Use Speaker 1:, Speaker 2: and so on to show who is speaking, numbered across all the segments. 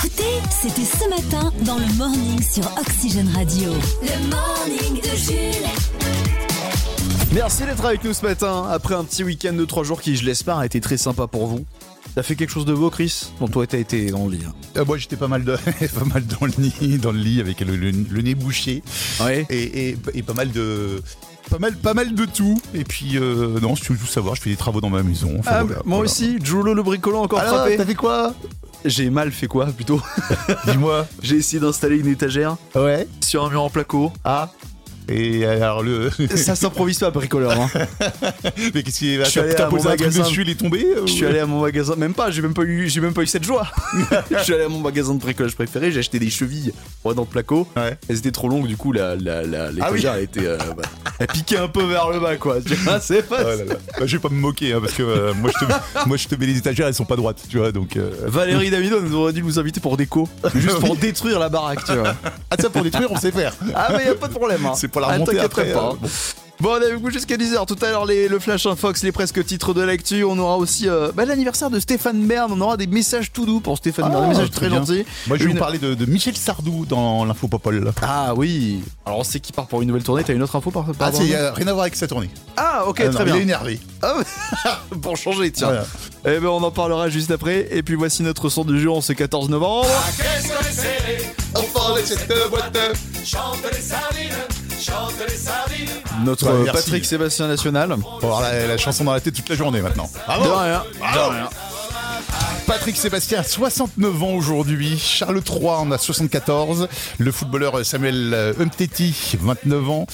Speaker 1: C'était ce matin dans le morning sur Oxygène Radio. Le morning de Jules.
Speaker 2: Merci d'être avec nous ce matin. Après un petit week-end de 3 jours qui, je l'espère, a été très sympa pour vous. T'as fait quelque chose de beau, Chris Bon, toi, t'as été dans le lit. hein.
Speaker 3: Euh, moi, j'étais pas mal, de, pas mal dans le nid, dans le lit avec le, le- le nez bouché
Speaker 2: Ouais.
Speaker 3: et, et- et pas mal de. Pas mal, pas mal de tout. Et puis, euh, non, si tu veux tout savoir, je fais des travaux dans ma maison. Enfin,
Speaker 2: Ah,
Speaker 3: voilà,
Speaker 2: moi
Speaker 3: voilà.
Speaker 2: aussi, Julo le bricolant encore
Speaker 3: Alors,
Speaker 2: frappé.
Speaker 3: t'as fait quoi
Speaker 2: J'ai mal fait quoi plutôt
Speaker 3: Dis-moi.
Speaker 2: J'ai essayé d'installer une étagère
Speaker 3: Ouais.
Speaker 2: sur un mur en placo.
Speaker 3: Ah. Et alors, le.
Speaker 2: Ça s'improvise pas, bricoleur. hein.
Speaker 3: Mais qu'est-ce qui est.
Speaker 2: suis allé
Speaker 3: T'as
Speaker 2: à
Speaker 3: posé
Speaker 2: mon
Speaker 3: un truc
Speaker 2: magasin.
Speaker 3: dessus, il est tombé
Speaker 2: Je suis allé à mon magasin, même pas, j'ai même pas eu, j'ai même pas eu cette joie. je suis allé à mon magasin de bricolage préféré, j'ai acheté des chevilles moi, dans le placo.
Speaker 3: Ouais.
Speaker 2: Elles étaient trop longues, du coup, la, la, la,
Speaker 3: Ah oui.
Speaker 2: l'étagère a été, euh, bah, elle piquait un peu vers le bas, quoi. Tu vois, c'est pas.
Speaker 3: Ah là là. Bah, je vais pas me moquer, hein, parce que euh, moi, je te, moi, je te mets les étagères, elles sont pas droites, tu vois, donc. euh,
Speaker 2: Valérie Davidon nous aurait dû nous inviter pour déco, juste pour détruire la baraque, tu vois.
Speaker 3: Ah, ça, pour détruire, on sait faire.
Speaker 2: Ah, mais y a pas de problème. hein.
Speaker 3: C'est pour la
Speaker 2: Ah,
Speaker 3: remonter
Speaker 2: t'inquiète
Speaker 3: après,
Speaker 2: pas,
Speaker 3: euh,
Speaker 2: hein. Bon, on est avec vous jusqu'à 10h. Tout à l'heure, les- le Flash Infox, les presque titres de l'actu. On aura aussi euh, bah, l'anniversaire de Stéphane Bern. On aura des messages tout doux pour Stéphane
Speaker 3: Ah,
Speaker 2: Bern. Des messages
Speaker 3: très
Speaker 2: très
Speaker 3: bien.
Speaker 2: gentils.
Speaker 3: Moi, je vais
Speaker 2: Une-
Speaker 3: vous parler de, de Michel Sardou dans l'info Popol.
Speaker 2: Ah oui. Alors, on sait qu'il part pour une nouvelle tournée. T'as une autre info par
Speaker 3: Ah,
Speaker 2: pardon
Speaker 3: c'est euh, rien à voir avec sa tournée.
Speaker 2: Ah, ok,
Speaker 3: Ah, non,
Speaker 2: très
Speaker 3: Il est
Speaker 2: bien.
Speaker 3: énervé.
Speaker 2: Ah, mais- pour changer, tiens.
Speaker 3: Voilà.
Speaker 2: Eh ben, on en parlera juste après. Et puis, voici notre son du jour en ce 14 novembre. Notre
Speaker 3: Ouais,
Speaker 2: euh,
Speaker 3: merci.
Speaker 2: Patrick Sébastien National.
Speaker 3: On va avoir la, la chanson dans la tête toute la journée maintenant. Bravo.
Speaker 2: De rien.
Speaker 3: Bravo. Patrick Sébastien a 69 ans aujourd'hui, Charles III en a 74, le footballeur Samuel euh, Umtiti 29 ans,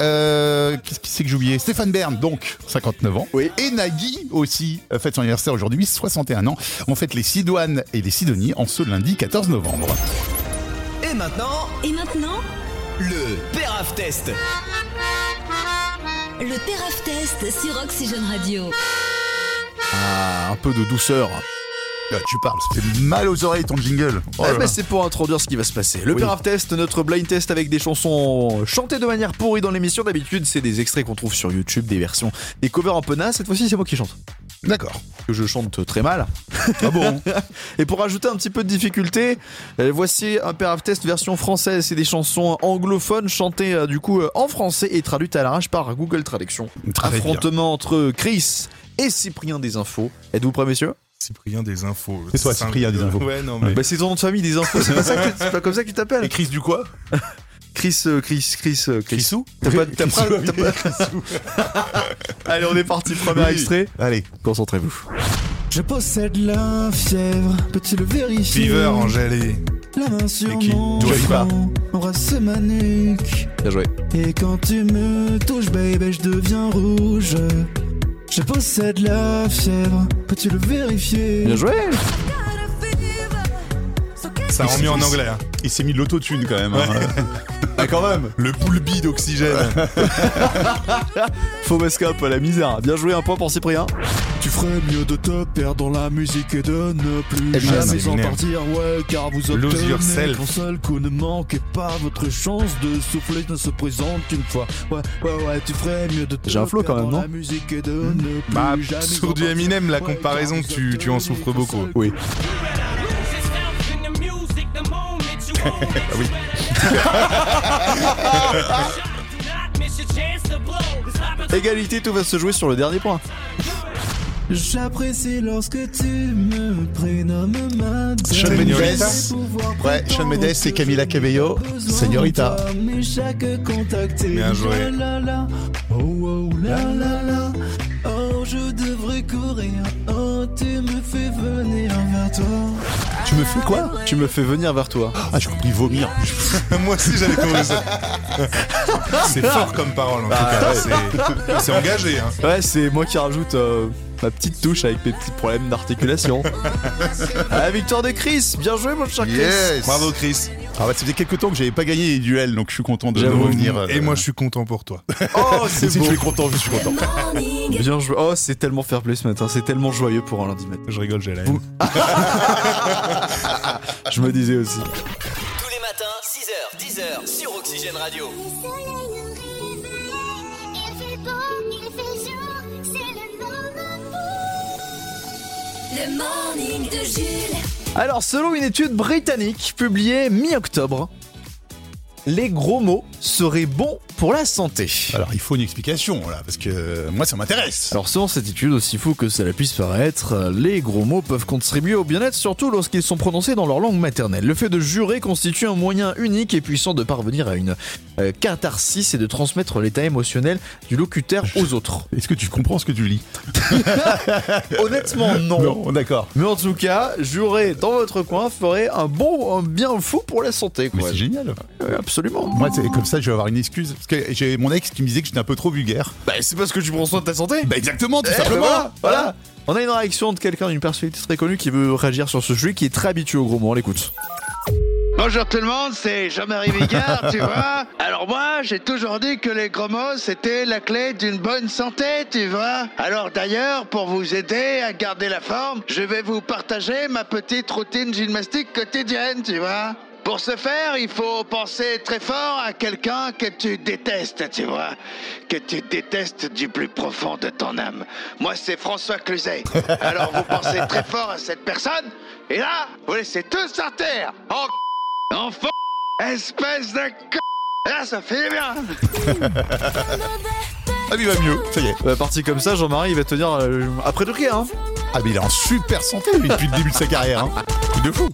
Speaker 3: Euh, qu'est-ce qui c'est que j'ai oublié Stéphane Bern donc 59 ans,
Speaker 2: Oui.
Speaker 3: et Nagui aussi euh, fête son anniversaire aujourd'hui 61 ans. On fête les Sidoines et les Sidonies en ce lundi 14 novembre.
Speaker 4: Et maintenant,
Speaker 1: Et maintenant,
Speaker 4: le Peraf Test.
Speaker 1: le Teraf Test sur Oxygène Radio.
Speaker 2: Ah, un peu de douceur.
Speaker 3: Là, tu parles, ça fait mal aux oreilles ton jingle. Oh là
Speaker 2: Eh ben,
Speaker 3: là.
Speaker 2: c'est pour introduire ce qui va se passer. Le
Speaker 3: Oui.
Speaker 2: Peraf Test, notre blind test avec des chansons chantées de manière pourrie dans l'émission. D'habitude, c'est des extraits qu'on trouve sur YouTube, des versions, des covers un peu nazes. Cette fois-ci, c'est moi qui chante.
Speaker 3: D'accord.
Speaker 2: Que je chante très mal.
Speaker 3: Ah bon
Speaker 2: Et pour ajouter un petit peu de difficulté, euh, voici un Peraf Test version française. C'est des chansons anglophones chantées euh, du coup euh, en français et traduites à l'arrache par Google Traduction.
Speaker 3: Très bien.
Speaker 2: Affrontement entre Chris et Cyprien des infos. Êtes-vous prêts, messieurs
Speaker 5: Cyprien des infos.
Speaker 3: C'est toi, Cyprien des infos.
Speaker 5: Ouais, non, mais.
Speaker 2: Bah, c'est ton nom de famille des infos. C'est pas, ça que- c'est pas comme ça que tu t'appelles.
Speaker 5: Et Chris du quoi
Speaker 2: Chris, euh, Chris, Chris, euh, Chris.
Speaker 5: Chrisou
Speaker 2: T'as pas, t'as pas- t'as pas- Allez, on est parti, premier
Speaker 3: Oui.
Speaker 2: extrait.
Speaker 3: Allez,
Speaker 2: Concentrez-vous. Je possède la fièvre, peux-tu le vérifier
Speaker 5: Fever, Angélé.
Speaker 6: La main sur
Speaker 5: Et qui
Speaker 6: mon
Speaker 5: Dua
Speaker 3: Lipa.
Speaker 6: front, embrasse ma nuque
Speaker 2: Bien joué.
Speaker 6: Et quand tu me touches, baby, je deviens rouge Je possède la fièvre, peux-tu le vérifier
Speaker 2: Bien joué
Speaker 5: Ça rend mieux en anglais. hein.
Speaker 3: il s'est mis de l'autotune quand même. hein.
Speaker 2: Ah, quand même
Speaker 5: Le poulbi d'oxygène.
Speaker 2: Faux masque à la misère. Bien joué, un point pour Cyprien.
Speaker 6: Tu ferais mieux de te perdre dans la musique et de ne plus
Speaker 2: Eminem.
Speaker 6: jamais en
Speaker 5: Eminem.
Speaker 6: partir Ouais car vous
Speaker 5: Lose
Speaker 6: obtenez
Speaker 5: yourself.
Speaker 6: qu'un seul coup Ne manquez pas votre chance de souffler Ne se présente qu'une fois Ouais ouais ouais tu ferais mieux de te
Speaker 2: J'ai un flow quand
Speaker 6: perdre
Speaker 2: même,
Speaker 6: dans
Speaker 2: non
Speaker 6: la musique et de ne plus
Speaker 5: Bah,
Speaker 6: jamais en
Speaker 5: sur du
Speaker 6: partir.
Speaker 5: Eminem, la
Speaker 6: Ouais,
Speaker 5: comparaison,
Speaker 6: car
Speaker 5: tu,
Speaker 6: vous
Speaker 5: tu en
Speaker 6: obtenez
Speaker 5: souffres
Speaker 6: qu'un
Speaker 5: beaucoup.
Speaker 6: seul
Speaker 2: Oui. Égalité, tout va se jouer sur le dernier point.
Speaker 6: J'apprécie lorsque tu me prénommes madame.
Speaker 3: Sean Mendes. Ouais, Sean Mendes et Camila Cabello, Señorita.
Speaker 6: Mais chaque contact est
Speaker 5: Bien joué.
Speaker 6: la la. Oh, oh, la la la. Oh, je devrais courir. Oh, tu me fais venir vers toi.
Speaker 3: Tu me fais quoi
Speaker 2: Tu me fais venir vers toi.
Speaker 3: Ah, j'ai compris vomir.
Speaker 5: Moi aussi, j'avais compris ça. C'est fort comme parole, en tout
Speaker 3: Ah,
Speaker 5: cas. C'est- C'est engagé. Hein.
Speaker 2: Ouais, c'est moi qui rajoute euh, ma petite touche avec mes petits problèmes d'articulation. ah, la victoire de Chris Bien joué, mon cher Chris
Speaker 3: Yes.
Speaker 5: Bravo, Chris.
Speaker 3: Ah bah, ça faisait quelques temps que j'avais pas gagné les duels, donc je suis content de, de
Speaker 2: J'avoue.
Speaker 3: revenir. euh,
Speaker 5: Et moi, je suis content pour toi.
Speaker 3: Ah,
Speaker 2: Oh,
Speaker 3: si
Speaker 2: c'est
Speaker 3: tu
Speaker 2: beau
Speaker 3: es content, je suis content.
Speaker 2: Bien joué. Oh, c'est tellement fair play ce matin, c'est tellement joyeux pour un lundi matin.
Speaker 5: Je rigole, j'ai la haine.
Speaker 2: Je me disais aussi.
Speaker 4: Tous les matins, 6h, 10h sur Oxygène Radio.
Speaker 7: Le soleil au réveil, il fait beau, il fait jour, c'est le moment pour
Speaker 1: Le morning de Jules.
Speaker 2: Alors, selon une étude britannique publiée mi-octobre, les gros mots seraient bons pour la santé.
Speaker 3: Alors, il faut une explication, là, parce que euh, moi, ça m'intéresse.
Speaker 2: Alors selon cette étude, aussi fou que cela puisse paraître, euh, les gros mots peuvent contribuer au bien-être surtout lorsqu'ils sont prononcés dans leur langue maternelle. Le fait de jurer constitue un moyen unique et puissant de parvenir à une euh, catharsis et de transmettre l'état émotionnel du locuteur aux autres.
Speaker 3: Est-ce que tu comprends ce que tu lis
Speaker 2: Honnêtement non.
Speaker 3: Non, d'accord.
Speaker 2: Mais en tout cas, jurer dans votre coin ferait un bon, un bien fou pour la santé.
Speaker 3: Mais
Speaker 2: Quoi.
Speaker 3: c'est génial.
Speaker 2: Ouais, absolument.
Speaker 3: Moi, c'est comme ça, je vais avoir une excuse. Parce que j'ai mon ex qui me disait que j'étais un peu trop vulgaire.
Speaker 2: Bah, c'est parce que tu prends soin de ta santé.
Speaker 3: Bah, exactement, tout
Speaker 2: Eh,
Speaker 3: simplement.
Speaker 2: voilà, voilà. On a une réaction de quelqu'un d'une personnalité très connue qui veut réagir sur ce sujet, qui est très habitué au gros mots. On l'écoute.
Speaker 8: Bonjour tout le monde, c'est Jean-Marie Bigard, tu vois. Alors moi, j'ai toujours dit que les gros mots, c'était la clé d'une bonne santé, tu vois. Alors d'ailleurs, pour vous aider à garder la forme, je vais vous partager ma petite routine gymnastique quotidienne, tu vois. Pour ce faire, il faut penser très fort à quelqu'un que tu détestes, tu vois. Que tu détestes du plus profond de ton âme. Moi, c'est François Cluzet. Alors vous pensez très fort à cette personne, et là, vous laissez tout sur terre. En Enfant Espèce de c... Là, ça fait bien
Speaker 3: Ah, mais il va mieux, ça y est.
Speaker 2: Bah, parti comme ça, Jean-Marie, il va tenir euh, après de rien.
Speaker 3: Ah, mais il est en super santé, lui, depuis le début de sa carrière. Hein. Truc de fou.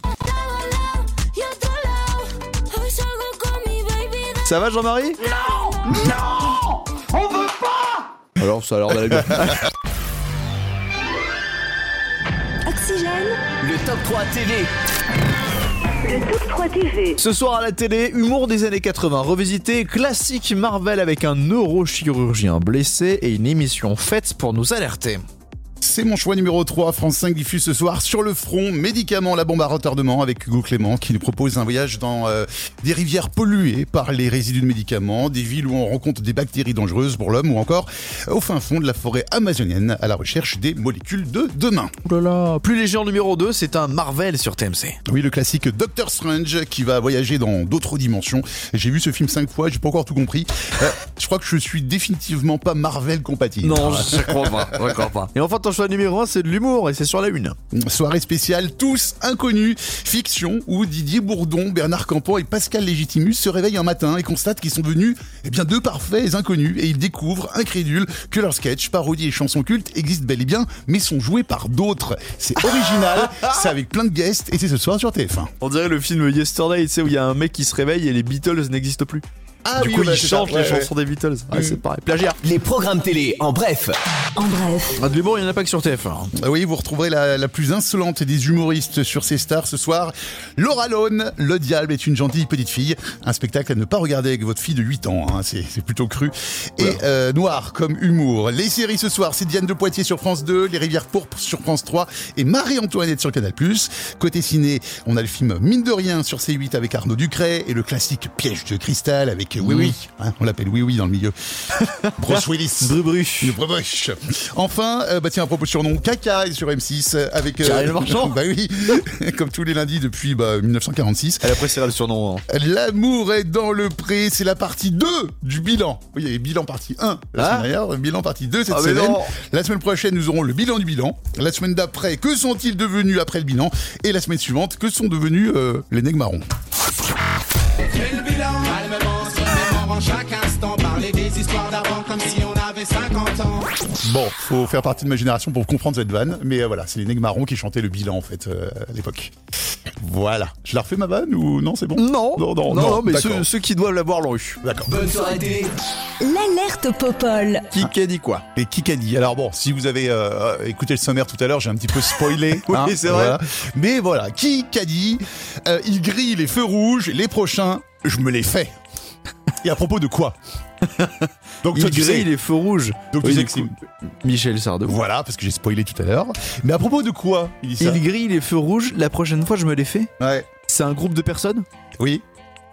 Speaker 2: Ça va, Jean-Marie
Speaker 8: On veut
Speaker 2: Alors, ça a l'air d'aller bien.
Speaker 1: Oxygène,
Speaker 4: Le top 3 TV.
Speaker 2: Ce soir à la télé, humour des années 80, revisité, classique Marvel avec un neurochirurgien blessé et une émission faite pour nous alerter.
Speaker 3: C'est mon choix numéro 3. France 5 diffuse ce soir sur le front Médicaments, la bombe à retardement avec Hugo Clément qui nous propose un voyage dans euh, des rivières polluées par les résidus de médicaments, des villes où on rencontre des bactéries dangereuses pour l'homme ou encore euh, au fin fond de la forêt amazonienne à la recherche des molécules de demain.
Speaker 2: Ouh Oh là là. Plus léger en numéro 2, c'est un Marvel sur TMC.
Speaker 3: Oui, le classique Doctor Strange qui va voyager dans d'autres dimensions. J'ai vu ce film cinq fois, j'ai pas encore tout compris. Euh, je crois que je suis définitivement pas Marvel compatible.
Speaker 2: je crois pas, je crois pas. Et enfin, ton choix numéro 1, c'est de l'humour et c'est sur la une.
Speaker 3: Soirée spéciale Tous Inconnus, fiction où Didier Bourdon, Bernard Campan et Pascal Légitimus se réveillent un matin et constatent qu'ils sont devenus eh bien, deux parfaits inconnus et ils découvrent, incrédules, que leurs sketchs, parodies et chansons cultes existent bel et bien mais sont joués par d'autres. C'est original, c'est avec plein de guests et c'est ce soir sur TF1.
Speaker 2: On dirait le film Yesterday, tu sais, où il y a un mec qui se réveille et les Beatles n'existent plus.
Speaker 3: Ah
Speaker 2: du coup, il chante les chansons des Beatles.
Speaker 3: Mm.
Speaker 2: Ouais, c'est pareil. Plagiat.
Speaker 4: Les programmes télé, en bref.
Speaker 1: en bref,
Speaker 2: Ah, De l'humour, il n'y en a pas que sur TF1.
Speaker 3: Ah Oui, vous retrouverez la, la plus insolente des humoristes sur ces stars ce soir. Laura Lone, Le Diable est une gentille petite fille. Un spectacle à ne pas regarder avec votre fille de 8 ans, hein, c'est c'est plutôt cru. Et euh, noir comme humour. Les séries ce soir, c'est Diane de Poitiers sur France 2, Les Rivières Pourpres sur France 3 et Marie-Antoinette sur Canal+. Côté ciné, on a le film Mine de Rien sur C8 avec Arnaud Ducret et le classique Piège de Cristal avec Oui Oui. hein, on l'appelle Oui Oui dans le milieu. Bruce Willis.
Speaker 2: Brubruche.
Speaker 3: Le brebuche. Enfin, euh, bah tiens, à propos de surnom, Caca est sur M6 euh, avec. euh,
Speaker 2: Karine Marchand
Speaker 3: Bah oui, comme tous les lundis depuis bah, 1946.
Speaker 2: Elle appréciera le surnom. hein.
Speaker 3: Euh, L'amour est dans le pré, c'est la partie 2 du bilan. Oui, il y avait bilan partie 1 la
Speaker 2: Ah.
Speaker 3: semaine dernière, euh, bilan partie 2 cette
Speaker 2: Ah, mais
Speaker 3: semaine.
Speaker 2: non.
Speaker 3: La semaine prochaine, nous aurons le bilan du bilan. La semaine d'après, que sont-ils devenus après le bilan Et la semaine suivante, que sont devenus euh, les nègres marrons
Speaker 9: Et le bilan Calmement, sereinement, en chaque instant Parler des histoires d'avant comme si on avait 50 ans
Speaker 3: Bon, faut faire partie de ma génération pour comprendre cette vanne, mais euh, voilà, c'est les nègres marrons qui chantaient le bilan en fait euh, à l'époque. Voilà. Je la refais ma vanne ou non, c'est bon
Speaker 2: Non,
Speaker 3: non, non,
Speaker 2: non, mais
Speaker 3: d'accord.
Speaker 2: ceux, ceux qui doivent l'avoir l'ont eu.
Speaker 3: D'accord.
Speaker 4: Bonne soirée télé.
Speaker 1: l'alerte au Popol.
Speaker 2: Qui qui a dit quoi
Speaker 3: Et qui qu'a dit Alors bon, si vous avez euh, écouté le sommaire tout à l'heure, j'ai un petit peu spoilé.
Speaker 2: Oui, c'est vrai.
Speaker 3: Hein, voilà. Mais voilà, qui qu'a dit Euh, Il grille les feux rouges, les prochains, je me les fais. Et à propos de quoi Donc toi,
Speaker 2: Il
Speaker 3: tu sais,
Speaker 2: grille les feux rouges.
Speaker 3: Donc tu
Speaker 2: Oui,
Speaker 3: sais
Speaker 2: du
Speaker 3: que
Speaker 2: coup, Michel Sardou.
Speaker 3: Voilà, parce que j'ai spoilé tout à l'heure. Mais à propos de quoi Il dit ça.
Speaker 2: Il grille les feux rouges, la prochaine fois je me les fais.
Speaker 3: Ouais.
Speaker 2: C'est un groupe de personnes
Speaker 3: Oui.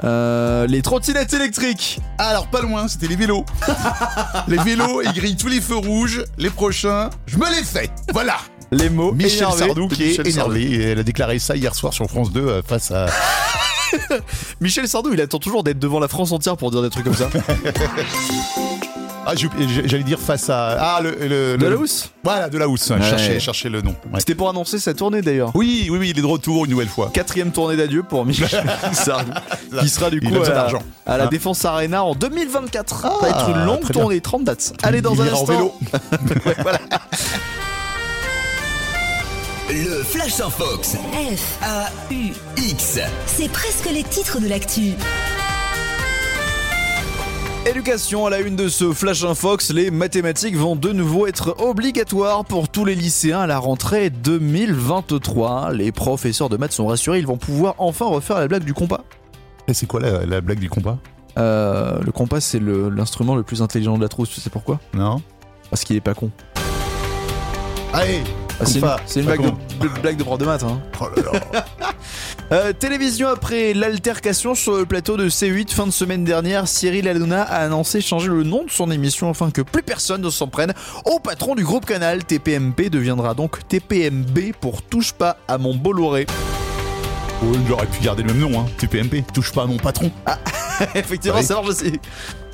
Speaker 2: Euh, Les trottinettes électriques
Speaker 3: Alors pas loin, c'était les vélos. les vélos, ils grillent tous les feux rouges. Les prochains, je me les fais. Voilà.
Speaker 2: Les mots
Speaker 3: Michel
Speaker 2: énervés
Speaker 3: Sardou
Speaker 2: de
Speaker 3: qui est
Speaker 2: Michel Sardou.
Speaker 3: énervé. Et elle a déclaré ça hier soir sur France 2 euh, face à.
Speaker 2: Michel Sardou, il attend toujours d'être devant la France entière pour dire des trucs comme ça.
Speaker 3: Ah, j'ai oublié- j'ai- j'allais dire face à. Ah, le. le-
Speaker 2: De
Speaker 3: le-
Speaker 2: la housse
Speaker 3: Voilà, de la housse.
Speaker 2: Ouais.
Speaker 3: Cherchez, cherchez le nom. Ouais.
Speaker 2: C'était pour annoncer sa tournée d'ailleurs.
Speaker 3: Oui, oui, oui, il est de retour une nouvelle fois.
Speaker 2: Quatrième tournée d'adieu pour Michel Sardou, qui sera du
Speaker 3: Il
Speaker 2: coup
Speaker 3: a
Speaker 2: à,
Speaker 3: besoin
Speaker 2: la-
Speaker 3: d'argent.
Speaker 2: à la Défense Arena en 2024. Ça va
Speaker 3: Ah,
Speaker 2: être une longue
Speaker 3: très bien.
Speaker 2: tournée, 30 dates. Allez, dans
Speaker 3: Il
Speaker 2: un
Speaker 3: ira en
Speaker 2: instant.
Speaker 3: vélo.
Speaker 4: Le Flash en Fox.
Speaker 1: F,
Speaker 4: A-U-X.
Speaker 1: c'est presque les titres de l'actu.
Speaker 2: Éducation à la une de ce Flash Infox, les mathématiques vont de nouveau être obligatoires pour tous les lycéens à la rentrée 2023. Les professeurs de maths sont rassurés, ils vont pouvoir enfin refaire la blague du compas.
Speaker 3: Et c'est quoi la, la blague du compas
Speaker 2: Euh, le compas c'est le- l'instrument le, plus intelligent de la trousse, tu sais pourquoi
Speaker 3: Non
Speaker 2: Parce qu'il est pas con.
Speaker 3: Allez
Speaker 2: Ah, c'est une,
Speaker 3: compas,
Speaker 2: c'est une
Speaker 3: pas
Speaker 2: blague,
Speaker 3: con.
Speaker 2: de, de- blague de prof de maths. hein.
Speaker 3: Oh là là.
Speaker 2: Euh, télévision après l'altercation sur le plateau de C8 fin de semaine dernière, Cyril Hanouna a annoncé changer le nom de son émission afin que plus personne ne s'en prenne au patron du groupe Canal. TPMP deviendra donc TPMB pour Touche pas à mon Bolloré.
Speaker 3: Oh, il aurait pu garder le même nom, hein. TPMP, touche pas à mon patron.
Speaker 2: Effectivement,
Speaker 3: Bah Oui.
Speaker 2: ça marche aussi.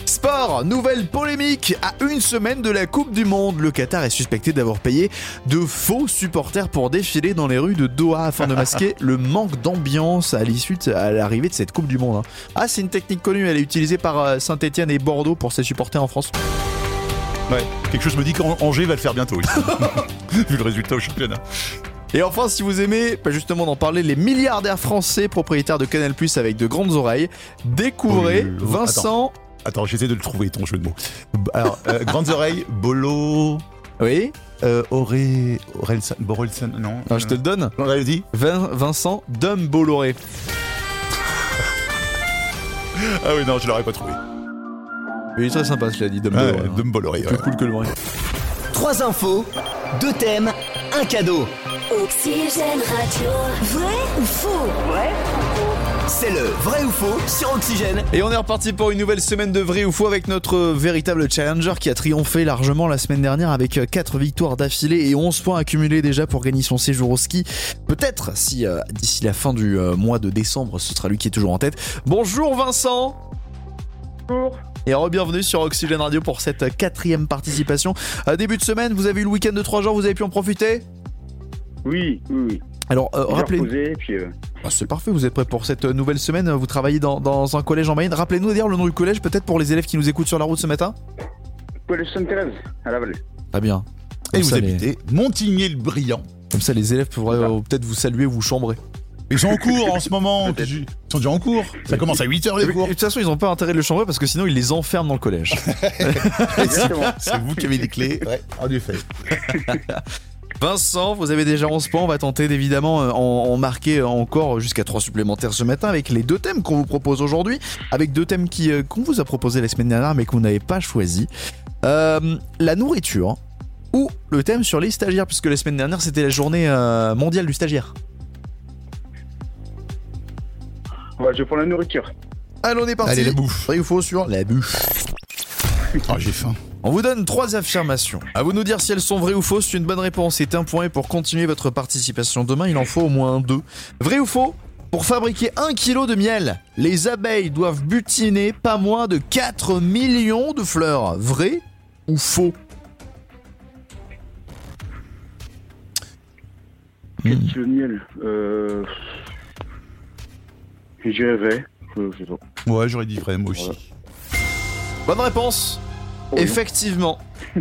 Speaker 2: Sport, nouvelle polémique à une semaine de la Coupe du Monde. Le Qatar est suspecté d'avoir payé de faux supporters pour défiler dans les rues de Doha afin de masquer le manque d'ambiance à l'issue de- à l'arrivée de cette Coupe du Monde. hein. Ah, c'est une technique connue, elle est utilisée par Saint-Etienne et Bordeaux pour ses supporters en France.
Speaker 3: Ouais. Quelque chose me dit qu'Angers va le faire bientôt. oui. Vu le résultat au championnat.
Speaker 2: Et enfin, si vous aimez bah, justement d'en parler, les milliardaires français propriétaires de Canal Plus avec de grandes oreilles, découvrez
Speaker 3: Oui, oui, oui.
Speaker 2: Vincent.
Speaker 3: Oh Attends, j'essaie de le trouver, ton jeu de mots. B- Alors, euh, grandes oreilles, Bolo,
Speaker 2: Oui,
Speaker 3: euh, Auré, Orelsan, Borelsan, non. euh,
Speaker 2: Non, je te le donne.
Speaker 3: On l'avait dit
Speaker 2: Vin- Vincent Dom Bolloré.
Speaker 3: Ah oui, non, je l'aurais pas trouvé.
Speaker 2: Il est très sympa, cela dit, Dom
Speaker 3: Ouais,
Speaker 2: Bolloré.
Speaker 3: de me Bolloré, ouais.
Speaker 2: Plus cool que le vrai.
Speaker 4: Trois infos, deux thèmes, un cadeau.
Speaker 1: Oxygène Radio. Vrai ou faux
Speaker 4: C'est le vrai ou faux sur Oxygène.
Speaker 2: Et on est reparti pour une nouvelle semaine de vrai ou faux avec notre véritable challenger qui a triomphé largement la semaine dernière avec 4 victoires d'affilée et 11 points accumulés déjà pour gagner son séjour au ski. Peut-être si euh, d'ici la fin du euh, mois de décembre, ce sera lui qui est toujours en tête. Bonjour Vincent et re-bienvenue sur Oxygène Radio pour cette euh, quatrième participation. Euh, début de semaine, vous avez eu le week-end de 3 jours, vous avez pu en profiter
Speaker 10: Oui, oui, oui.
Speaker 2: Alors, euh,
Speaker 10: J'ai
Speaker 2: rappelez,
Speaker 10: reposé, puis euh,
Speaker 2: Ah, c'est parfait, vous êtes prêts pour cette euh, nouvelle semaine. Vous travaillez dans, dans un collège en Mayenne. Rappelez-nous d'ailleurs le nom du collège, peut-être pour les élèves qui nous écoutent sur la route ce matin.
Speaker 10: collège Sainte-Thérèse, à Laval.
Speaker 2: Très bien.
Speaker 3: Et
Speaker 2: Comme
Speaker 3: vous
Speaker 2: ça, les-
Speaker 3: habitez Montigny-le-Brillant.
Speaker 2: Comme ça, les élèves pourraient euh, peut-être vous saluer ou vous chambrer.
Speaker 3: Ils sont en cours en ce moment. Ils sont déjà en cours. Ça commence à 8h
Speaker 2: Et
Speaker 3: les
Speaker 2: de
Speaker 3: cours.
Speaker 2: toute façon, ils n'ont pas intérêt de le chambrer parce que sinon, ils les enferment dans le collège.
Speaker 10: Exactement.
Speaker 3: C'est vous qui avez les clés. Ouais, en effet.
Speaker 2: Vincent, vous avez déjà 11 points. On va tenter d'évidemment euh, en, en marquer encore jusqu'à 3 supplémentaires ce matin avec les deux thèmes qu'on vous propose aujourd'hui. Avec deux thèmes qui, euh, qu'on vous a proposés la semaine dernière mais qu'on n'avait pas choisi. Euh, la nourriture ou le thème sur les stagiaires, puisque la semaine dernière c'était la journée euh, mondiale du stagiaire.
Speaker 10: Ouais, je prends la nourriture.
Speaker 2: Allez, on est parti.
Speaker 3: Allez, la bouffe.
Speaker 2: Vrai ou faux sur la bûche.
Speaker 3: Ah, j'ai faim.
Speaker 2: On vous donne trois affirmations. À vous de nous dire si elles sont vraies ou fausses. Une bonne réponse c'est un point. Et pour continuer votre participation demain, il en faut au moins deux. Vrai ou faux Pour fabriquer un kilo de miel, les abeilles doivent butiner pas moins de 4 millions de fleurs. Vrai ou faux
Speaker 10: Quel
Speaker 2: Mmh.
Speaker 10: kilo de miel euh... J'y rêvais. Euh, je sais pas.
Speaker 3: Ouais, j'aurais dit vrai, moi aussi.
Speaker 2: Bonne réponse Effectivement.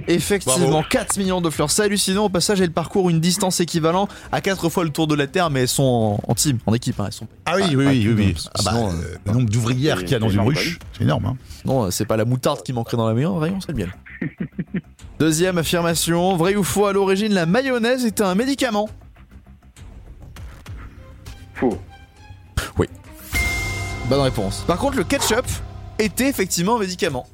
Speaker 2: Effectivement, 4 millions de fleurs. C'est hallucinant. Au passage, elles parcourent une distance équivalente à 4 fois le tour de la Terre, mais elles sont en, en team, en équipe. hein. Elles sont...
Speaker 3: Ah oui, oui, oui, oui. oui. Ah bah,
Speaker 2: Sinon,
Speaker 3: euh, le nombre d'ouvrières qu'il y a dans une ruche, c'est énorme. Hein.
Speaker 2: Non, euh, c'est pas la moutarde qui manquerait dans la maison, rayon, c'est le miel. Deuxième affirmation, vrai ou faux, à l'origine, la mayonnaise était un médicament.
Speaker 10: Faux.
Speaker 2: Bonne réponse. Par contre, le ketchup était effectivement un médicament.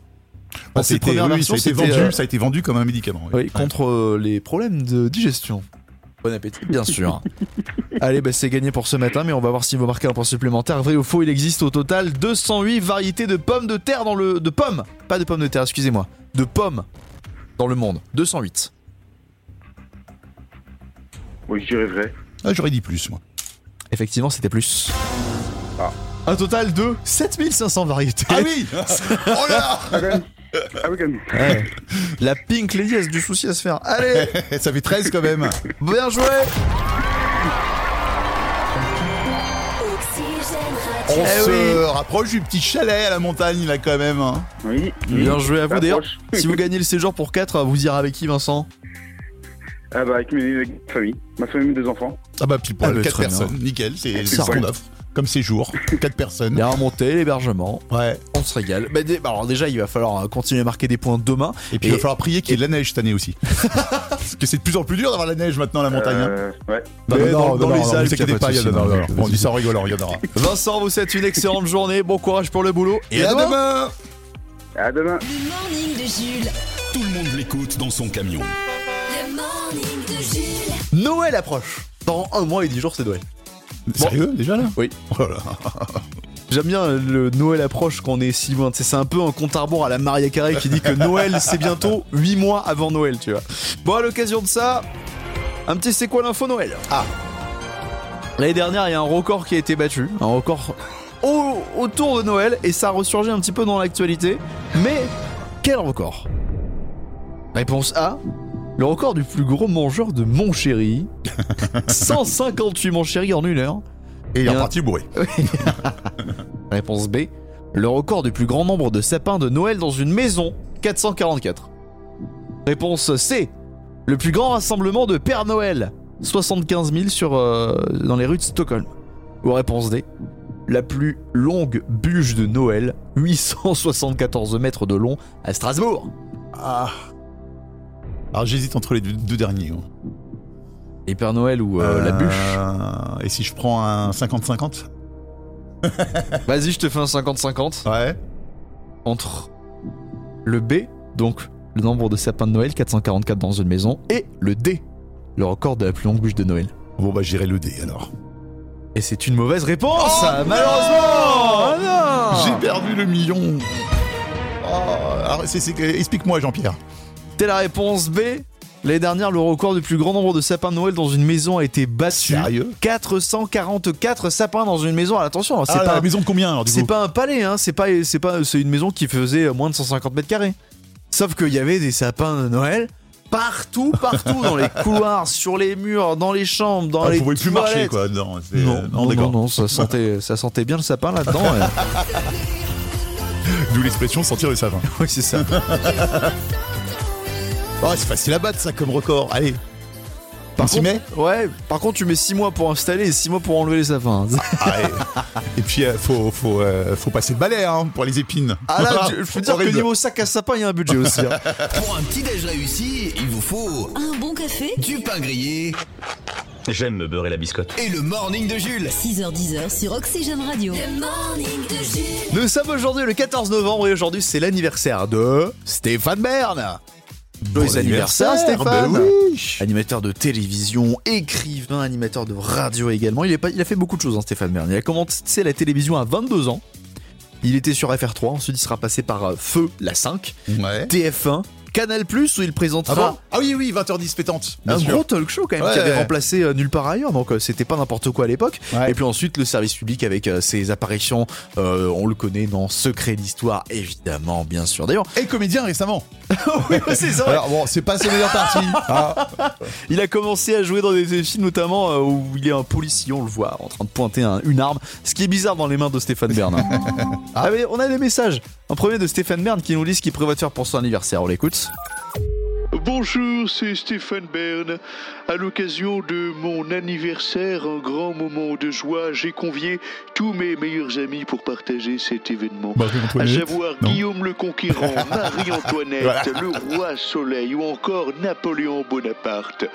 Speaker 2: Dans ses
Speaker 3: C'était-
Speaker 2: premières
Speaker 3: oui,
Speaker 2: versions,
Speaker 3: ça, a été
Speaker 2: c'était,
Speaker 3: vendu,
Speaker 2: euh,
Speaker 3: ça a été vendu comme un médicament.
Speaker 2: Oui, contre euh, les problèmes de digestion. Bon appétit, bien sûr. Allez, bah, c'est gagné pour ce matin, mais on va voir si vous marquez un point supplémentaire. Vrai ou faux, il existe au total 208 variétés de pommes de terre dans le. de pommes Pas de pommes de terre, excusez-moi. De pommes dans le monde. 208.
Speaker 10: Oui, j'y rêverais.
Speaker 3: Ah, j'aurais dit plus, moi.
Speaker 2: Effectivement, c'était plus.
Speaker 10: Ah.
Speaker 2: Un total de 7500 variétés.
Speaker 3: oui Oh là
Speaker 10: Ah, quand même. Ah oui, quand même.
Speaker 2: Ouais. La Pink Lady a du souci à se faire. Allez
Speaker 3: Ça fait 13 quand même.
Speaker 2: Bien joué
Speaker 3: On
Speaker 2: Eh
Speaker 3: se
Speaker 2: oui.
Speaker 3: rapproche du petit chalet à la montagne là quand même. hein.
Speaker 10: Oui.
Speaker 2: Mmh. Bien joué à vous d'ailleurs.
Speaker 10: Approche.
Speaker 2: Si vous gagnez le séjour pour 4, vous irez avec qui Vincent
Speaker 10: Ah bah, avec mes avec ma famille. Ma famille, mes deux enfants.
Speaker 3: Ah bah pile poil,
Speaker 2: Ah bah,
Speaker 3: 4
Speaker 2: très
Speaker 3: personnes. Nickel, c'est c'est
Speaker 2: Ça
Speaker 3: ce qu'on
Speaker 2: roule.
Speaker 3: offre. Comme séjour, 4 personnes.
Speaker 2: Les remontées, l'hébergement,
Speaker 3: Ouais.
Speaker 2: on se régale. Bah, dé- bah, alors déjà, il va falloir euh, continuer à marquer des points demain.
Speaker 3: Et puis il va falloir prier qu'il y ait de la neige cette année aussi. Parce que c'est de plus en plus dur d'avoir la neige maintenant à la montagne. hein.
Speaker 10: Euh, ouais.
Speaker 2: non,
Speaker 3: Mais
Speaker 2: non,
Speaker 3: dans,
Speaker 2: non,
Speaker 3: dans
Speaker 2: non,
Speaker 3: les
Speaker 2: non,
Speaker 3: Alpes,
Speaker 2: vous
Speaker 3: il
Speaker 2: inquiétez
Speaker 3: y en a pas,
Speaker 2: pas,
Speaker 3: il y en a
Speaker 2: si,
Speaker 3: non,
Speaker 2: non,
Speaker 3: non,
Speaker 2: non,
Speaker 3: On dit ça en rigolant, il y en aura.
Speaker 2: Vincent, vous souhaite une excellente journée. Bon courage pour le boulot.
Speaker 3: Et à demain
Speaker 10: À demain.
Speaker 1: Le morning de Jules.
Speaker 11: Tout le monde l'écoute dans son camion.
Speaker 1: Le morning de Jules.
Speaker 2: Noël approche. Dans un mois et dix jours, c'est Noël.
Speaker 3: Sérieux déjà là
Speaker 2: Oui.
Speaker 3: Oh là là.
Speaker 2: J'aime bien le Noël approche quand on est si loin. Tu sais, C'est un peu un compte à rebours à la Maria Carré qui dit que Noël c'est bientôt 8 mois avant Noël, tu vois. Bon, à l'occasion de ça, un petit c'est quoi l'info Noël Ah L'année dernière, il y a un record qui a été battu, un record au- autour de Noël, et ça a ressurgi un petit peu dans l'actualité. Mais quel record Réponse A le record du plus gros mangeur de mon chéri. 158 mon chéri en une heure.
Speaker 3: Et il est
Speaker 2: Bien.
Speaker 3: reparti bourré.
Speaker 2: Réponse B. Le record du plus grand nombre de sapins de Noël dans une maison, 444. Réponse C. Le plus grand rassemblement de Père Noël, 75 000 sur, euh, dans les rues de Stockholm. Ou réponse D. La plus longue bûche de Noël, 874 mètres de long, à Strasbourg.
Speaker 3: Ah. Alors j'hésite entre les deux, deux derniers. hein.
Speaker 2: Et Père Noël ou euh, la bûche
Speaker 3: Euh, Et si je prends un 50-50
Speaker 2: Vas-y, je te fais un 50-50
Speaker 3: Ouais.
Speaker 2: entre le B, donc le nombre de sapins de Noël, 444 dans une maison, et le D, le record de la plus longue bûche de Noël.
Speaker 3: Bon bah j'irai le dé alors.
Speaker 2: Et c'est une mauvaise réponse,
Speaker 3: Oh
Speaker 2: malheureusement Ah non
Speaker 3: J'ai perdu le million. Oh, alors, c'est- c'est- Explique-moi Jean-Pierre.
Speaker 2: C'était la réponse B. L'année dernière, le record du plus grand nombre de sapins de Noël dans une maison a été battu.
Speaker 3: Sérieux
Speaker 2: 444 sapins dans une maison. Alors, attention, hein, c'est
Speaker 3: Ah,
Speaker 2: pas,
Speaker 3: la maison de combien alors du
Speaker 2: c'est
Speaker 3: coup
Speaker 2: pas un palais, hein, c'est pas, c'est pas, c'est une maison qui faisait moins de 150 mètres carrés. Sauf qu'il y avait des sapins de Noël partout, partout, dans les couloirs, sur les murs, dans les chambres, dans
Speaker 3: Ah,
Speaker 2: les
Speaker 3: Vous pouvez plus marcher
Speaker 2: toilettes.
Speaker 3: quoi. Non, c'est-
Speaker 2: Non, non, non,
Speaker 3: d'accord. Bah.
Speaker 2: non, ça sentait, ça sentait bien le sapin là-dedans. euh.
Speaker 3: D'où l'expression sentir le savin.
Speaker 2: Oui, c'est ça.
Speaker 3: Oh, c'est facile à battre ça comme record. Allez.
Speaker 2: Par
Speaker 3: On s'y
Speaker 2: contre-
Speaker 3: met
Speaker 2: Ouais, par contre, tu mets 6 mois pour installer et 6 mois pour enlever les sapins.
Speaker 3: Ah, et, et puis euh, faut faut euh, faut passer le balai hein, pour les épines.
Speaker 2: Ah là, je je peux dire que
Speaker 3: Horrible.
Speaker 2: niveau sac à sapin, il y a un budget aussi. hein.
Speaker 11: Pour un petit déj réussi, il vous faut
Speaker 1: Un bon café.
Speaker 11: du pain grillé
Speaker 4: J'aime me beurrer la biscotte.
Speaker 11: et le morning de Jules.
Speaker 1: 6h10 sur Oxygène Radio. Le morning de Jules.
Speaker 2: Nous sommes aujourd'hui le 14 novembre et aujourd'hui, c'est l'anniversaire de Stéphane Bern. Joyeux anniversaire, Stéphane.
Speaker 3: ben oui.
Speaker 2: Animateur de télévision, écrivain, animateur de radio également. Il, est pas- il a fait beaucoup de choses, hein, Stéphane Bern. Il a commencé la télévision à 22 ans. Il était sur FR3, ensuite il sera passé par euh, Feu, la 5,
Speaker 3: Ouais.
Speaker 2: TF1, Canal+, où il
Speaker 3: Ah,
Speaker 2: présentera
Speaker 3: bon ah oui oui 20h10 pétante. Bien
Speaker 2: un
Speaker 3: sûr.
Speaker 2: gros talk show quand même qui
Speaker 3: Ouais.
Speaker 2: avait remplacé euh, nulle part ailleurs donc euh, c'était pas n'importe quoi à l'époque
Speaker 3: Ouais.
Speaker 2: et puis ensuite le service public avec euh, ses apparitions euh, on le connaît dans Secret d'histoire évidemment bien sûr d'ailleurs
Speaker 3: Et comédien récemment.
Speaker 2: oui, c'est ça, ouais.
Speaker 3: Alors bon, c'est pas ses meilleures parties. Ah,
Speaker 2: il a commencé à jouer dans des des films notamment euh, où il est un policier on le voit en train de pointer un- une arme ce qui est bizarre dans les mains de Stéphane Bern hein. ah mais on a des messages un premier de Stéphane Bern qui nous dit ce qu'il prévoit de faire pour son anniversaire on l'écoute
Speaker 8: Bonjour, c'est Stéphane Bern. À l'occasion de mon anniversaire, un grand moment de joie, j'ai convié tous mes meilleurs amis pour partager cet événement.
Speaker 3: Marie
Speaker 8: À
Speaker 3: Antoinette.
Speaker 8: savoir
Speaker 3: Bah, Non.
Speaker 8: Guillaume le Conquérant, Marie-Antoinette, le Roi Soleil ou encore Napoléon Bonaparte.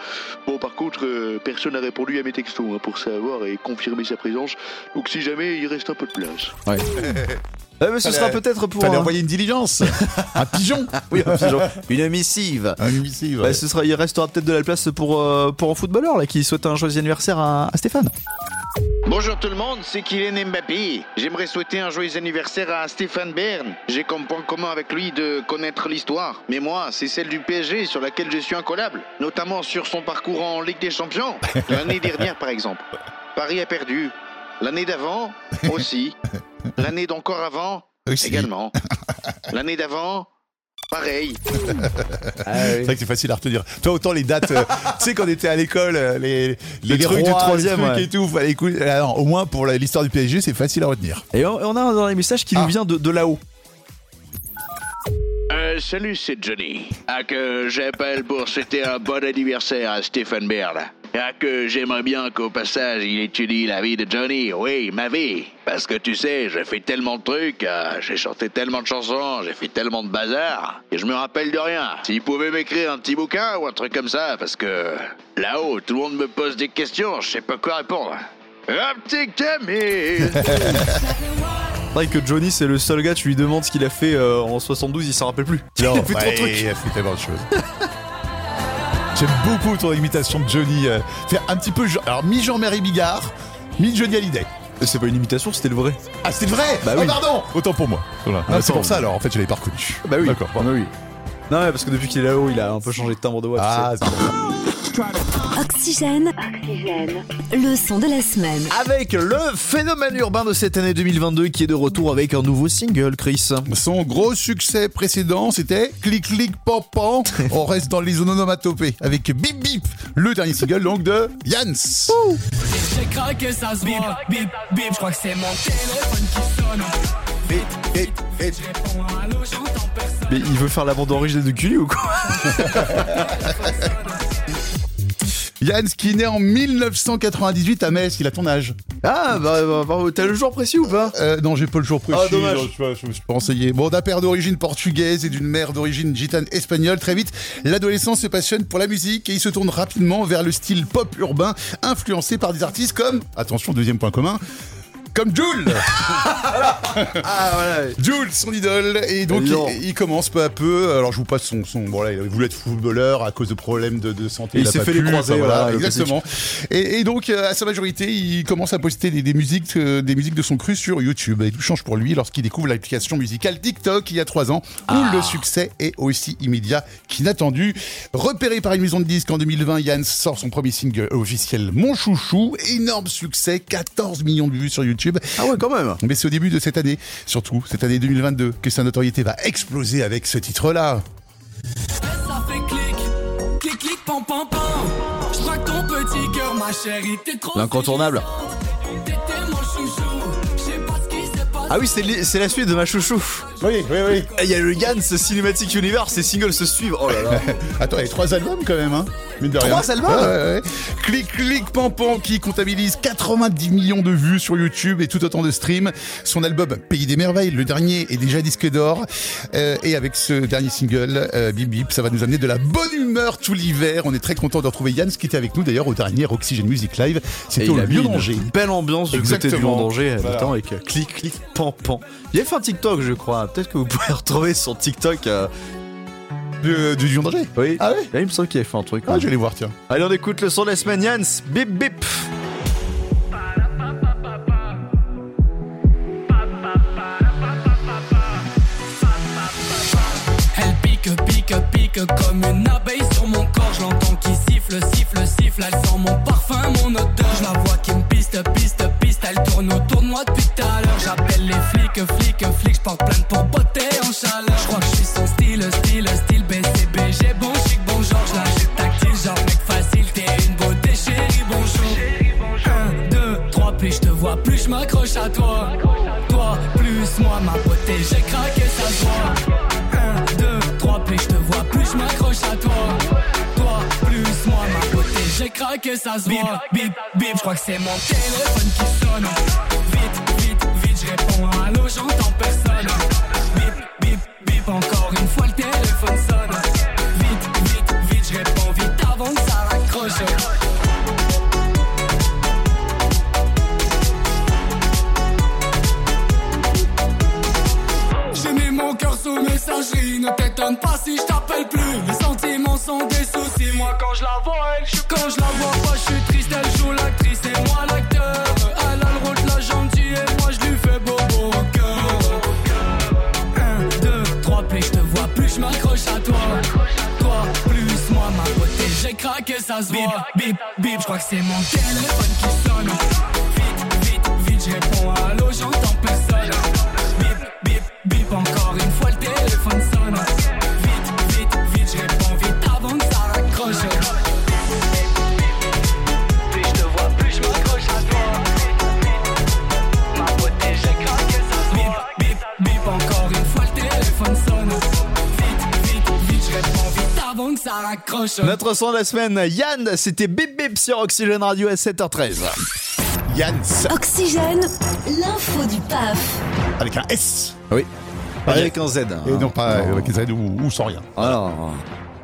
Speaker 8: Bon, par contre, euh, personne n'a répondu à mes textos hein, pour savoir et confirmer sa présence. Donc, si jamais, il reste un peu de place.
Speaker 2: Ah, mais ce
Speaker 3: Fallait-
Speaker 2: sera peut-être pour
Speaker 3: Fallait
Speaker 2: un-
Speaker 3: envoyer une diligence, un pigeon.
Speaker 2: Oui, un pigeon. une missive
Speaker 3: Un missive.
Speaker 2: Bah, ce sera, il restera peut-être de la place pour, euh, pour un footballeur là, qui souhaite un joyeux anniversaire à, à Stéphane.
Speaker 8: Bonjour tout le monde, c'est Kylian Mbappé. J'aimerais souhaiter un joyeux anniversaire à Stéphane Bern. J'ai comme point commun avec lui de connaître l'histoire. Mais moi, c'est celle du PSG sur laquelle je suis incollable, notamment sur son parcours en Ligue des Champions. L'année dernière, par exemple. Paris a perdu. L'année d'avant, aussi. L'année d'encore avant,
Speaker 3: Aussi.
Speaker 8: également. L'année d'avant, pareil.
Speaker 3: C'est vrai que c'est facile à retenir. Toi, autant les dates, euh, tu sais, quand on était à l'école, euh, les, les,
Speaker 2: trucs du
Speaker 3: rois, les
Speaker 2: troisième,
Speaker 3: trucs
Speaker 2: ouais.
Speaker 3: et tout, fallait écouter. Alors, au moins pour la- l'histoire du PSG, c'est facile à retenir.
Speaker 2: Et on, on a un dans les messages qui
Speaker 3: Ah.
Speaker 2: nous vient de, de là-haut.
Speaker 8: Euh, salut, c'est Johnny. Ah que j'appelle pour souhaiter un bon anniversaire à Stéphane Baird. Ah que j'aimerais bien qu'au passage il étudie la vie de Johnny, oui, ma vie. Parce que tu sais, j'ai fait tellement de trucs, euh, j'ai chanté tellement de chansons, j'ai fait tellement de bazar, et je me rappelle de rien. S'il pouvait m'écrire un petit bouquin ou un truc comme ça, parce que là-haut, tout le monde me pose des questions, je sais pas quoi répondre. Un petit Camille
Speaker 2: C'est vrai que Johnny, c'est le seul gars, tu lui demandes ce qu'il a fait euh, en 72, il s'en rappelle plus. il a fait
Speaker 3: bah,
Speaker 2: trop de trucs.
Speaker 3: il a fait tellement de choses. J'aime beaucoup ton imitation de Johnny. euh, faire un petit peu, Jean- alors mi Jean-Marie Bigard, mi Johnny Hallyday.
Speaker 2: C'est pas une imitation, c'était le vrai.
Speaker 3: Ah, c'était vrai
Speaker 2: Bah
Speaker 3: Ah,
Speaker 2: oui.
Speaker 3: pardon Autant pour moi. Voilà. Ah, c'est
Speaker 2: Attends.
Speaker 3: pour ça alors, en fait, je l'avais pas reconnu.
Speaker 2: Bah oui.
Speaker 3: D'accord. pardon.
Speaker 2: oui. Non, ouais, parce que depuis qu'il est là-haut, il a un peu changé de timbre de voix.
Speaker 3: Ah,
Speaker 2: tu sais.
Speaker 1: Oxygène. Le son de la semaine.
Speaker 2: Avec le phénomène urbain de cette année 2022 qui est de retour avec un nouveau single, Chris.
Speaker 3: Son gros succès précédent, c'était Clic Clic Pan Pan. On reste dans les onomatopées avec Bip Bip, le dernier single donc de Yanns.
Speaker 12: Je crois que ça se voit. Bip, bip, je crois que c'est mon téléphone qui sonne. Vite, vite, vite. Je réponds à allô, j'entends personne.
Speaker 2: Mais il veut faire la bande originale de Gulli ou quoi
Speaker 3: Yanns qui est né en 1998 à Metz, il a ton âge.
Speaker 2: Ah, bah, bah, bah, t'as le jour précis ou pas
Speaker 3: euh, Non, j'ai pas le jour précis.
Speaker 2: Ah, dommage.
Speaker 3: donc, tu vois, je me suis pas renseigné. Bon, d'un père d'origine portugaise et d'une mère d'origine gitane espagnole, très vite, l'adolescent se passionne pour la musique et il se tourne rapidement vers le style pop urbain, influencé par des artistes comme, attention, deuxième point commun, comme Jules
Speaker 2: Ah, voilà.
Speaker 3: Jules, son idole, et donc
Speaker 2: Non.
Speaker 3: il, il commence peu à peu. Alors je vous passe son. son bon, là, il voulait être footballeur à cause de problèmes de, de santé.
Speaker 2: Et il
Speaker 3: a
Speaker 2: s'est
Speaker 3: pas
Speaker 2: fait
Speaker 3: pu,
Speaker 2: les croiser,
Speaker 3: enfin,
Speaker 2: voilà, le
Speaker 3: exactement. Et, et donc euh, à sa majorité, il commence à poster des, des musiques, euh, des musiques de son cru sur YouTube. Et tout change pour lui lorsqu'il découvre l'application musicale TikTok il y a trois ans, où
Speaker 2: Ah.
Speaker 3: le succès est aussi immédiat qu'inattendu. Repéré par une maison de disques en 2020, Yann sort son premier single officiel, Mon Chouchou. Énorme succès, 14 millions de vues sur YouTube.
Speaker 2: Ah ouais, quand même.
Speaker 3: Mais c'est au début de cette année, surtout cette année 2022, que sa notoriété va exploser avec ce titre-là.
Speaker 12: Ça fait clic, clic, clic, pam, pam, pam. Je crois que ton petit cœur, ma chérie, t'es trop.
Speaker 2: L'incontournable.
Speaker 12: T'étais mon chouchou. Je sais pas ce qui s'est passé.
Speaker 2: Ah oui, c'est li- c'est la suite de ma chouchou.
Speaker 3: Oui, oui, oui.
Speaker 2: Et Eh, Il y a le Yann, ce Cinematic Universe, ces singles se suivent. Oh là là.
Speaker 3: Attends, il y a trois albums quand même, hein Mine de
Speaker 2: Trois
Speaker 3: rien.
Speaker 2: albums
Speaker 3: Ouais, ouais, ouais. Clic, clic, pampon qui comptabilise 90 millions de vues sur YouTube et tout autant de streams. Son album Pays des Merveilles, le dernier, est déjà disque d'or. Euh, et avec ce dernier single, euh, Bip Bip, ça va nous amener de la bonne humeur tout l'hiver. On est très content de retrouver Yann, qui était avec nous d'ailleurs au dernier Oxygen Music Live. C'était
Speaker 2: Et
Speaker 3: au
Speaker 2: il a
Speaker 3: lieu
Speaker 2: mis
Speaker 3: d'Angers.
Speaker 2: une belle ambiance du côté du
Speaker 3: Exactement.
Speaker 2: Mont d'Angers,
Speaker 3: Voilà.
Speaker 2: notamment avec euh, clic clic pan pan. Il a fait un TikTok, je crois. Peut-être que vous pouvez retrouver son TikTok. euh,
Speaker 3: Du, du Lyon d'Angers
Speaker 2: Oui.
Speaker 3: Ah ouais
Speaker 2: Là, il me semble qu'il avait fait un truc.
Speaker 3: Ah,
Speaker 2: ouais.
Speaker 3: je vais les voir, tiens.
Speaker 2: Allez, on écoute le son de la semaine, Yanns. Bip bip.
Speaker 12: Elle pique, pique, pique comme une abeille sur mon corps. Je l'entends qui siffle, siffle, siffle. Elle sent mon parfum, mon odeur. Je la vois qui me piste, piste, piste. Elle tourne autour de moi depuis tout à l'heure. J'appelle les flics, flics, flics. Je porte plainte pour botter en chaleur. Je crois que je suis son style, style, style. BCBG, bon chic, bon genre. Je la jette tactile, genre mec facile. T'es une beauté, chérie, bonjour. 1, 2, 3, plus je te vois, plus je m'accroche à toi. Toi, plus moi, ma beauté, j'ai craqué, ça se voit. 1, 2, 3, plus je te vois, plus je m'accroche à toi. Toi, plus moi, ma beauté, j'ai craqué, ça se voit. Bip, bip, je crois que c'est mon téléphone qui sonne. Vite, vite, vite, je réponds à allô, j'entends personne. Bip, bip, bip, encore une fois le téléphone sonne. Vite, vite, vite, je réponds vite avant que ça raccroche. J'ai mis mon cœur sous messagerie, ne t'étonne pas si je t'appelle plus. Les sentiments sont des soucis. Moi quand je la vois, elle joue. Quand je la vois pas, je suis triste, elle joue l'actrice et moi l'acteur. Elle a le rôle de la gentille et moi je lui fais bobo au cœur. 1, 2, 3, plus je te vois, plus je m'accroche à toi. Toi, plus moi, ma beauté, j'ai craqué, ça se voit. Bip, bip, je crois que c'est mon téléphone qui sonne. Vite, vite, vite, je réponds à allô, j'entends personne. Bip, bip, bip, encore une fois le téléphone sonne. ça raccroche.
Speaker 2: Notre son de la semaine, Yann, c'était Bip Bip sur Oxygène Radio à 7h13.
Speaker 3: Yann,
Speaker 1: Oxygène, l'info du PAF.
Speaker 3: avec un S.
Speaker 2: Oui. Avec un Z.
Speaker 3: Et non pas euh,
Speaker 2: Non.
Speaker 3: avec un Z ou, ou sans rien.
Speaker 2: Alors.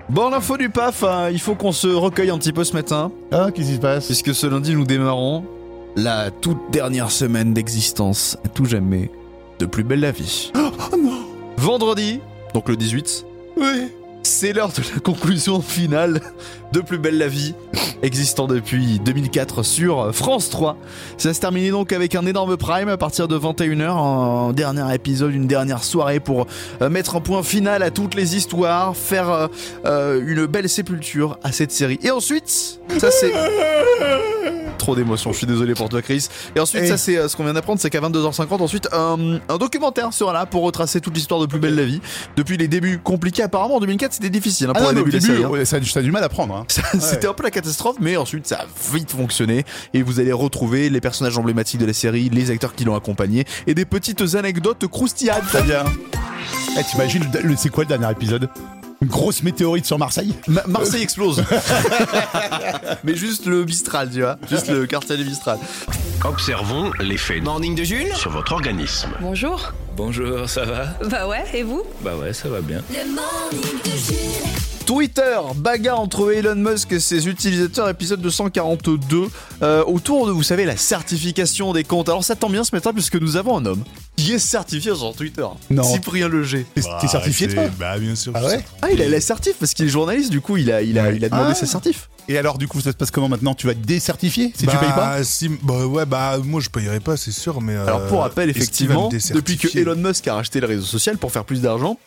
Speaker 2: Bon, l'info du PAF, hein, il faut qu'on se recueille un petit peu ce matin.
Speaker 3: Ah, qu'est-ce qui se passe
Speaker 2: Puisque ce lundi, nous démarrons la toute dernière semaine d'existence, à tout jamais, de Plus Belle la Vie.
Speaker 3: Oh non
Speaker 2: Vendredi, donc le 18,
Speaker 3: Oui
Speaker 2: c'est l'heure de la conclusion finale de Plus Belle la Vie, existant depuis 2004 sur France 3. Ça se terminait donc avec un énorme prime à partir de 21h, un dernier épisode, une dernière soirée pour euh, mettre un point final à toutes les histoires, faire euh, euh, une belle sépulture à cette série. Et ensuite, ça c'est... Trop d'émotions, je suis désolé pour toi Chris. Et ensuite,
Speaker 3: Et-
Speaker 2: ça c'est euh, ce qu'on vient d'apprendre, c'est qu'à 22h50, ensuite, un, un documentaire sera là pour retracer toute l'histoire de Plus Belle la Vie. Depuis les débuts compliqués, apparemment en 2004 c'était difficile hein,
Speaker 3: Ah
Speaker 2: pour
Speaker 3: non,
Speaker 2: un
Speaker 3: mais au
Speaker 2: début de série,
Speaker 3: début,
Speaker 2: hein.
Speaker 3: ouais, ça a du- ça a du mal à prendre. hein.
Speaker 2: Ça, C'était un peu la catastrophe, mais ensuite ça a vite fonctionné et vous allez retrouver les personnages emblématiques de la série, les acteurs qui l'ont accompagné et des petites anecdotes croustillantes.
Speaker 3: Très bien. Eh, T'imagines, le- le- c'est quoi le dernier épisode Une grosse météorite sur Marseille
Speaker 2: Ma- Marseille explose. mais juste le Mistral, tu vois, juste le quartier du Mistral.
Speaker 13: Observons l'effet
Speaker 11: Morning de Jules
Speaker 13: sur votre organisme.
Speaker 14: Bonjour.
Speaker 13: Bonjour, ça va
Speaker 14: Bah ouais, et vous
Speaker 13: Bah ouais, ça va bien.
Speaker 1: Le morning de Jules.
Speaker 2: Twitter, bagarre entre Elon Musk et ses utilisateurs, épisode 242, euh, autour de, vous savez, la certification des comptes. Alors ça tombe bien ce matin puisque nous avons un homme qui est certifié sur Twitter.
Speaker 3: Non.
Speaker 2: Cyprien Leger.
Speaker 3: T'es t'es certifié toi
Speaker 5: Bah bien sûr.
Speaker 3: Ah ouais
Speaker 2: Ah, il a la certif parce qu'il est journaliste, du coup, il a, il a, il a demandé
Speaker 3: Ah.
Speaker 2: sa certif.
Speaker 3: Et alors du coup ça se passe comment maintenant Tu vas te décertifier si
Speaker 5: bah,
Speaker 3: tu payes pas
Speaker 5: si, bah ouais, bah moi je payerai pas, c'est sûr, mais. euh,
Speaker 2: Alors, pour rappel,
Speaker 5: est-ce qu'il
Speaker 2: effectivement,
Speaker 5: va me
Speaker 2: depuis que
Speaker 5: décertifier
Speaker 2: Elon Musk a racheté le réseau social pour faire plus d'argent,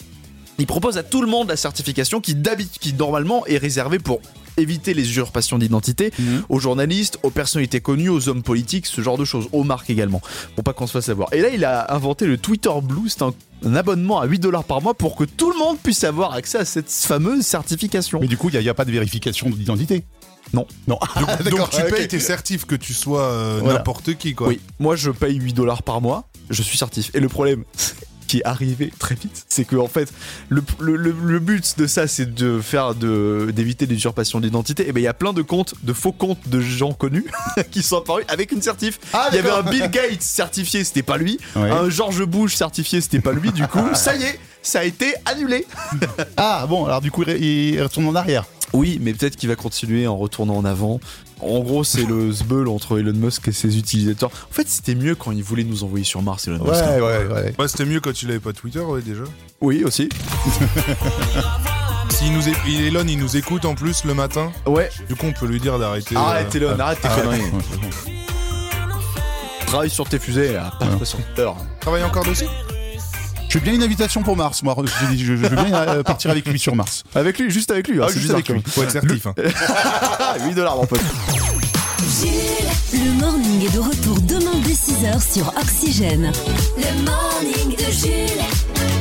Speaker 2: il propose à tout le monde la certification qui, d'habitude, qui normalement est réservée pour éviter les usurpations d'identité
Speaker 3: Mhm.
Speaker 2: aux journalistes, aux personnalités connues, aux hommes politiques, ce genre de choses, aux marques également, pour pas qu'on se fasse avoir. Et là, il a inventé le Twitter Blue, c'est un, un abonnement à 8 dollars par mois pour que tout le monde puisse avoir accès à cette fameuse certification.
Speaker 3: Mais du coup il n'y a, pas de vérification d'identité
Speaker 2: Non.
Speaker 3: Non.
Speaker 2: Ah,
Speaker 5: Donc, donc
Speaker 3: D'accord,
Speaker 5: tu payes
Speaker 3: ok.
Speaker 5: tes certifs, que tu sois euh,
Speaker 3: Voilà.
Speaker 5: n'importe qui, quoi.
Speaker 2: Oui, moi je paye 8 dollars par mois, je suis certif. Et le problème qui est arrivé très vite, c'est que en fait, le, le- le- le but de ça, c'est de faire de d'éviter l'usurpation d'identité. Et ben il y a plein de comptes, de faux comptes de gens connus qui sont apparus avec une certif.
Speaker 3: Ah,
Speaker 2: il y avait un
Speaker 3: d'accord.
Speaker 2: Bill Gates certifié, c'était pas lui.
Speaker 3: Ouais.
Speaker 2: Un George Bush certifié, c'était pas lui. Du coup, ça y est, ça a été annulé.
Speaker 3: Ah bon alors du coup il re- il retourne en arrière.
Speaker 2: Oui, mais peut-être qu'il va continuer en retournant en avant. En gros, c'est le zbeul entre Elon Musk et ses utilisateurs. En fait, c'était mieux quand il voulait nous envoyer sur Mars, Elon Musk.
Speaker 3: Ouais ouais ouais.
Speaker 5: Bah c'était mieux quand tu l'avais pas Twitter, ouais, déjà.
Speaker 2: Oui, aussi.
Speaker 5: Si nous é- Elon, il nous écoute en plus le matin.
Speaker 2: Ouais.
Speaker 5: Du coup, on peut lui dire d'arrêter.
Speaker 2: Arrête,
Speaker 5: euh,
Speaker 2: Elon, arrête tes conneries.
Speaker 3: Ouais, c'est bon.
Speaker 2: Travaille sur tes fusées, là, pas sur Twitter.
Speaker 5: Travaille euh, encore dessus
Speaker 3: Je veux bien une invitation pour Mars moi. Je, je- je veux bien euh, partir avec lui sur Mars. Ah,
Speaker 2: Avec lui, juste avec lui. hein, c'est
Speaker 3: juste
Speaker 2: bizarre
Speaker 3: avec lui.
Speaker 2: comme-
Speaker 5: Faut être certif. hein.
Speaker 2: Ah, 8 dollars, mon pote.
Speaker 1: Jules. Le morning est de retour demain dès 6h sur Oxygène. Le morning de Jules.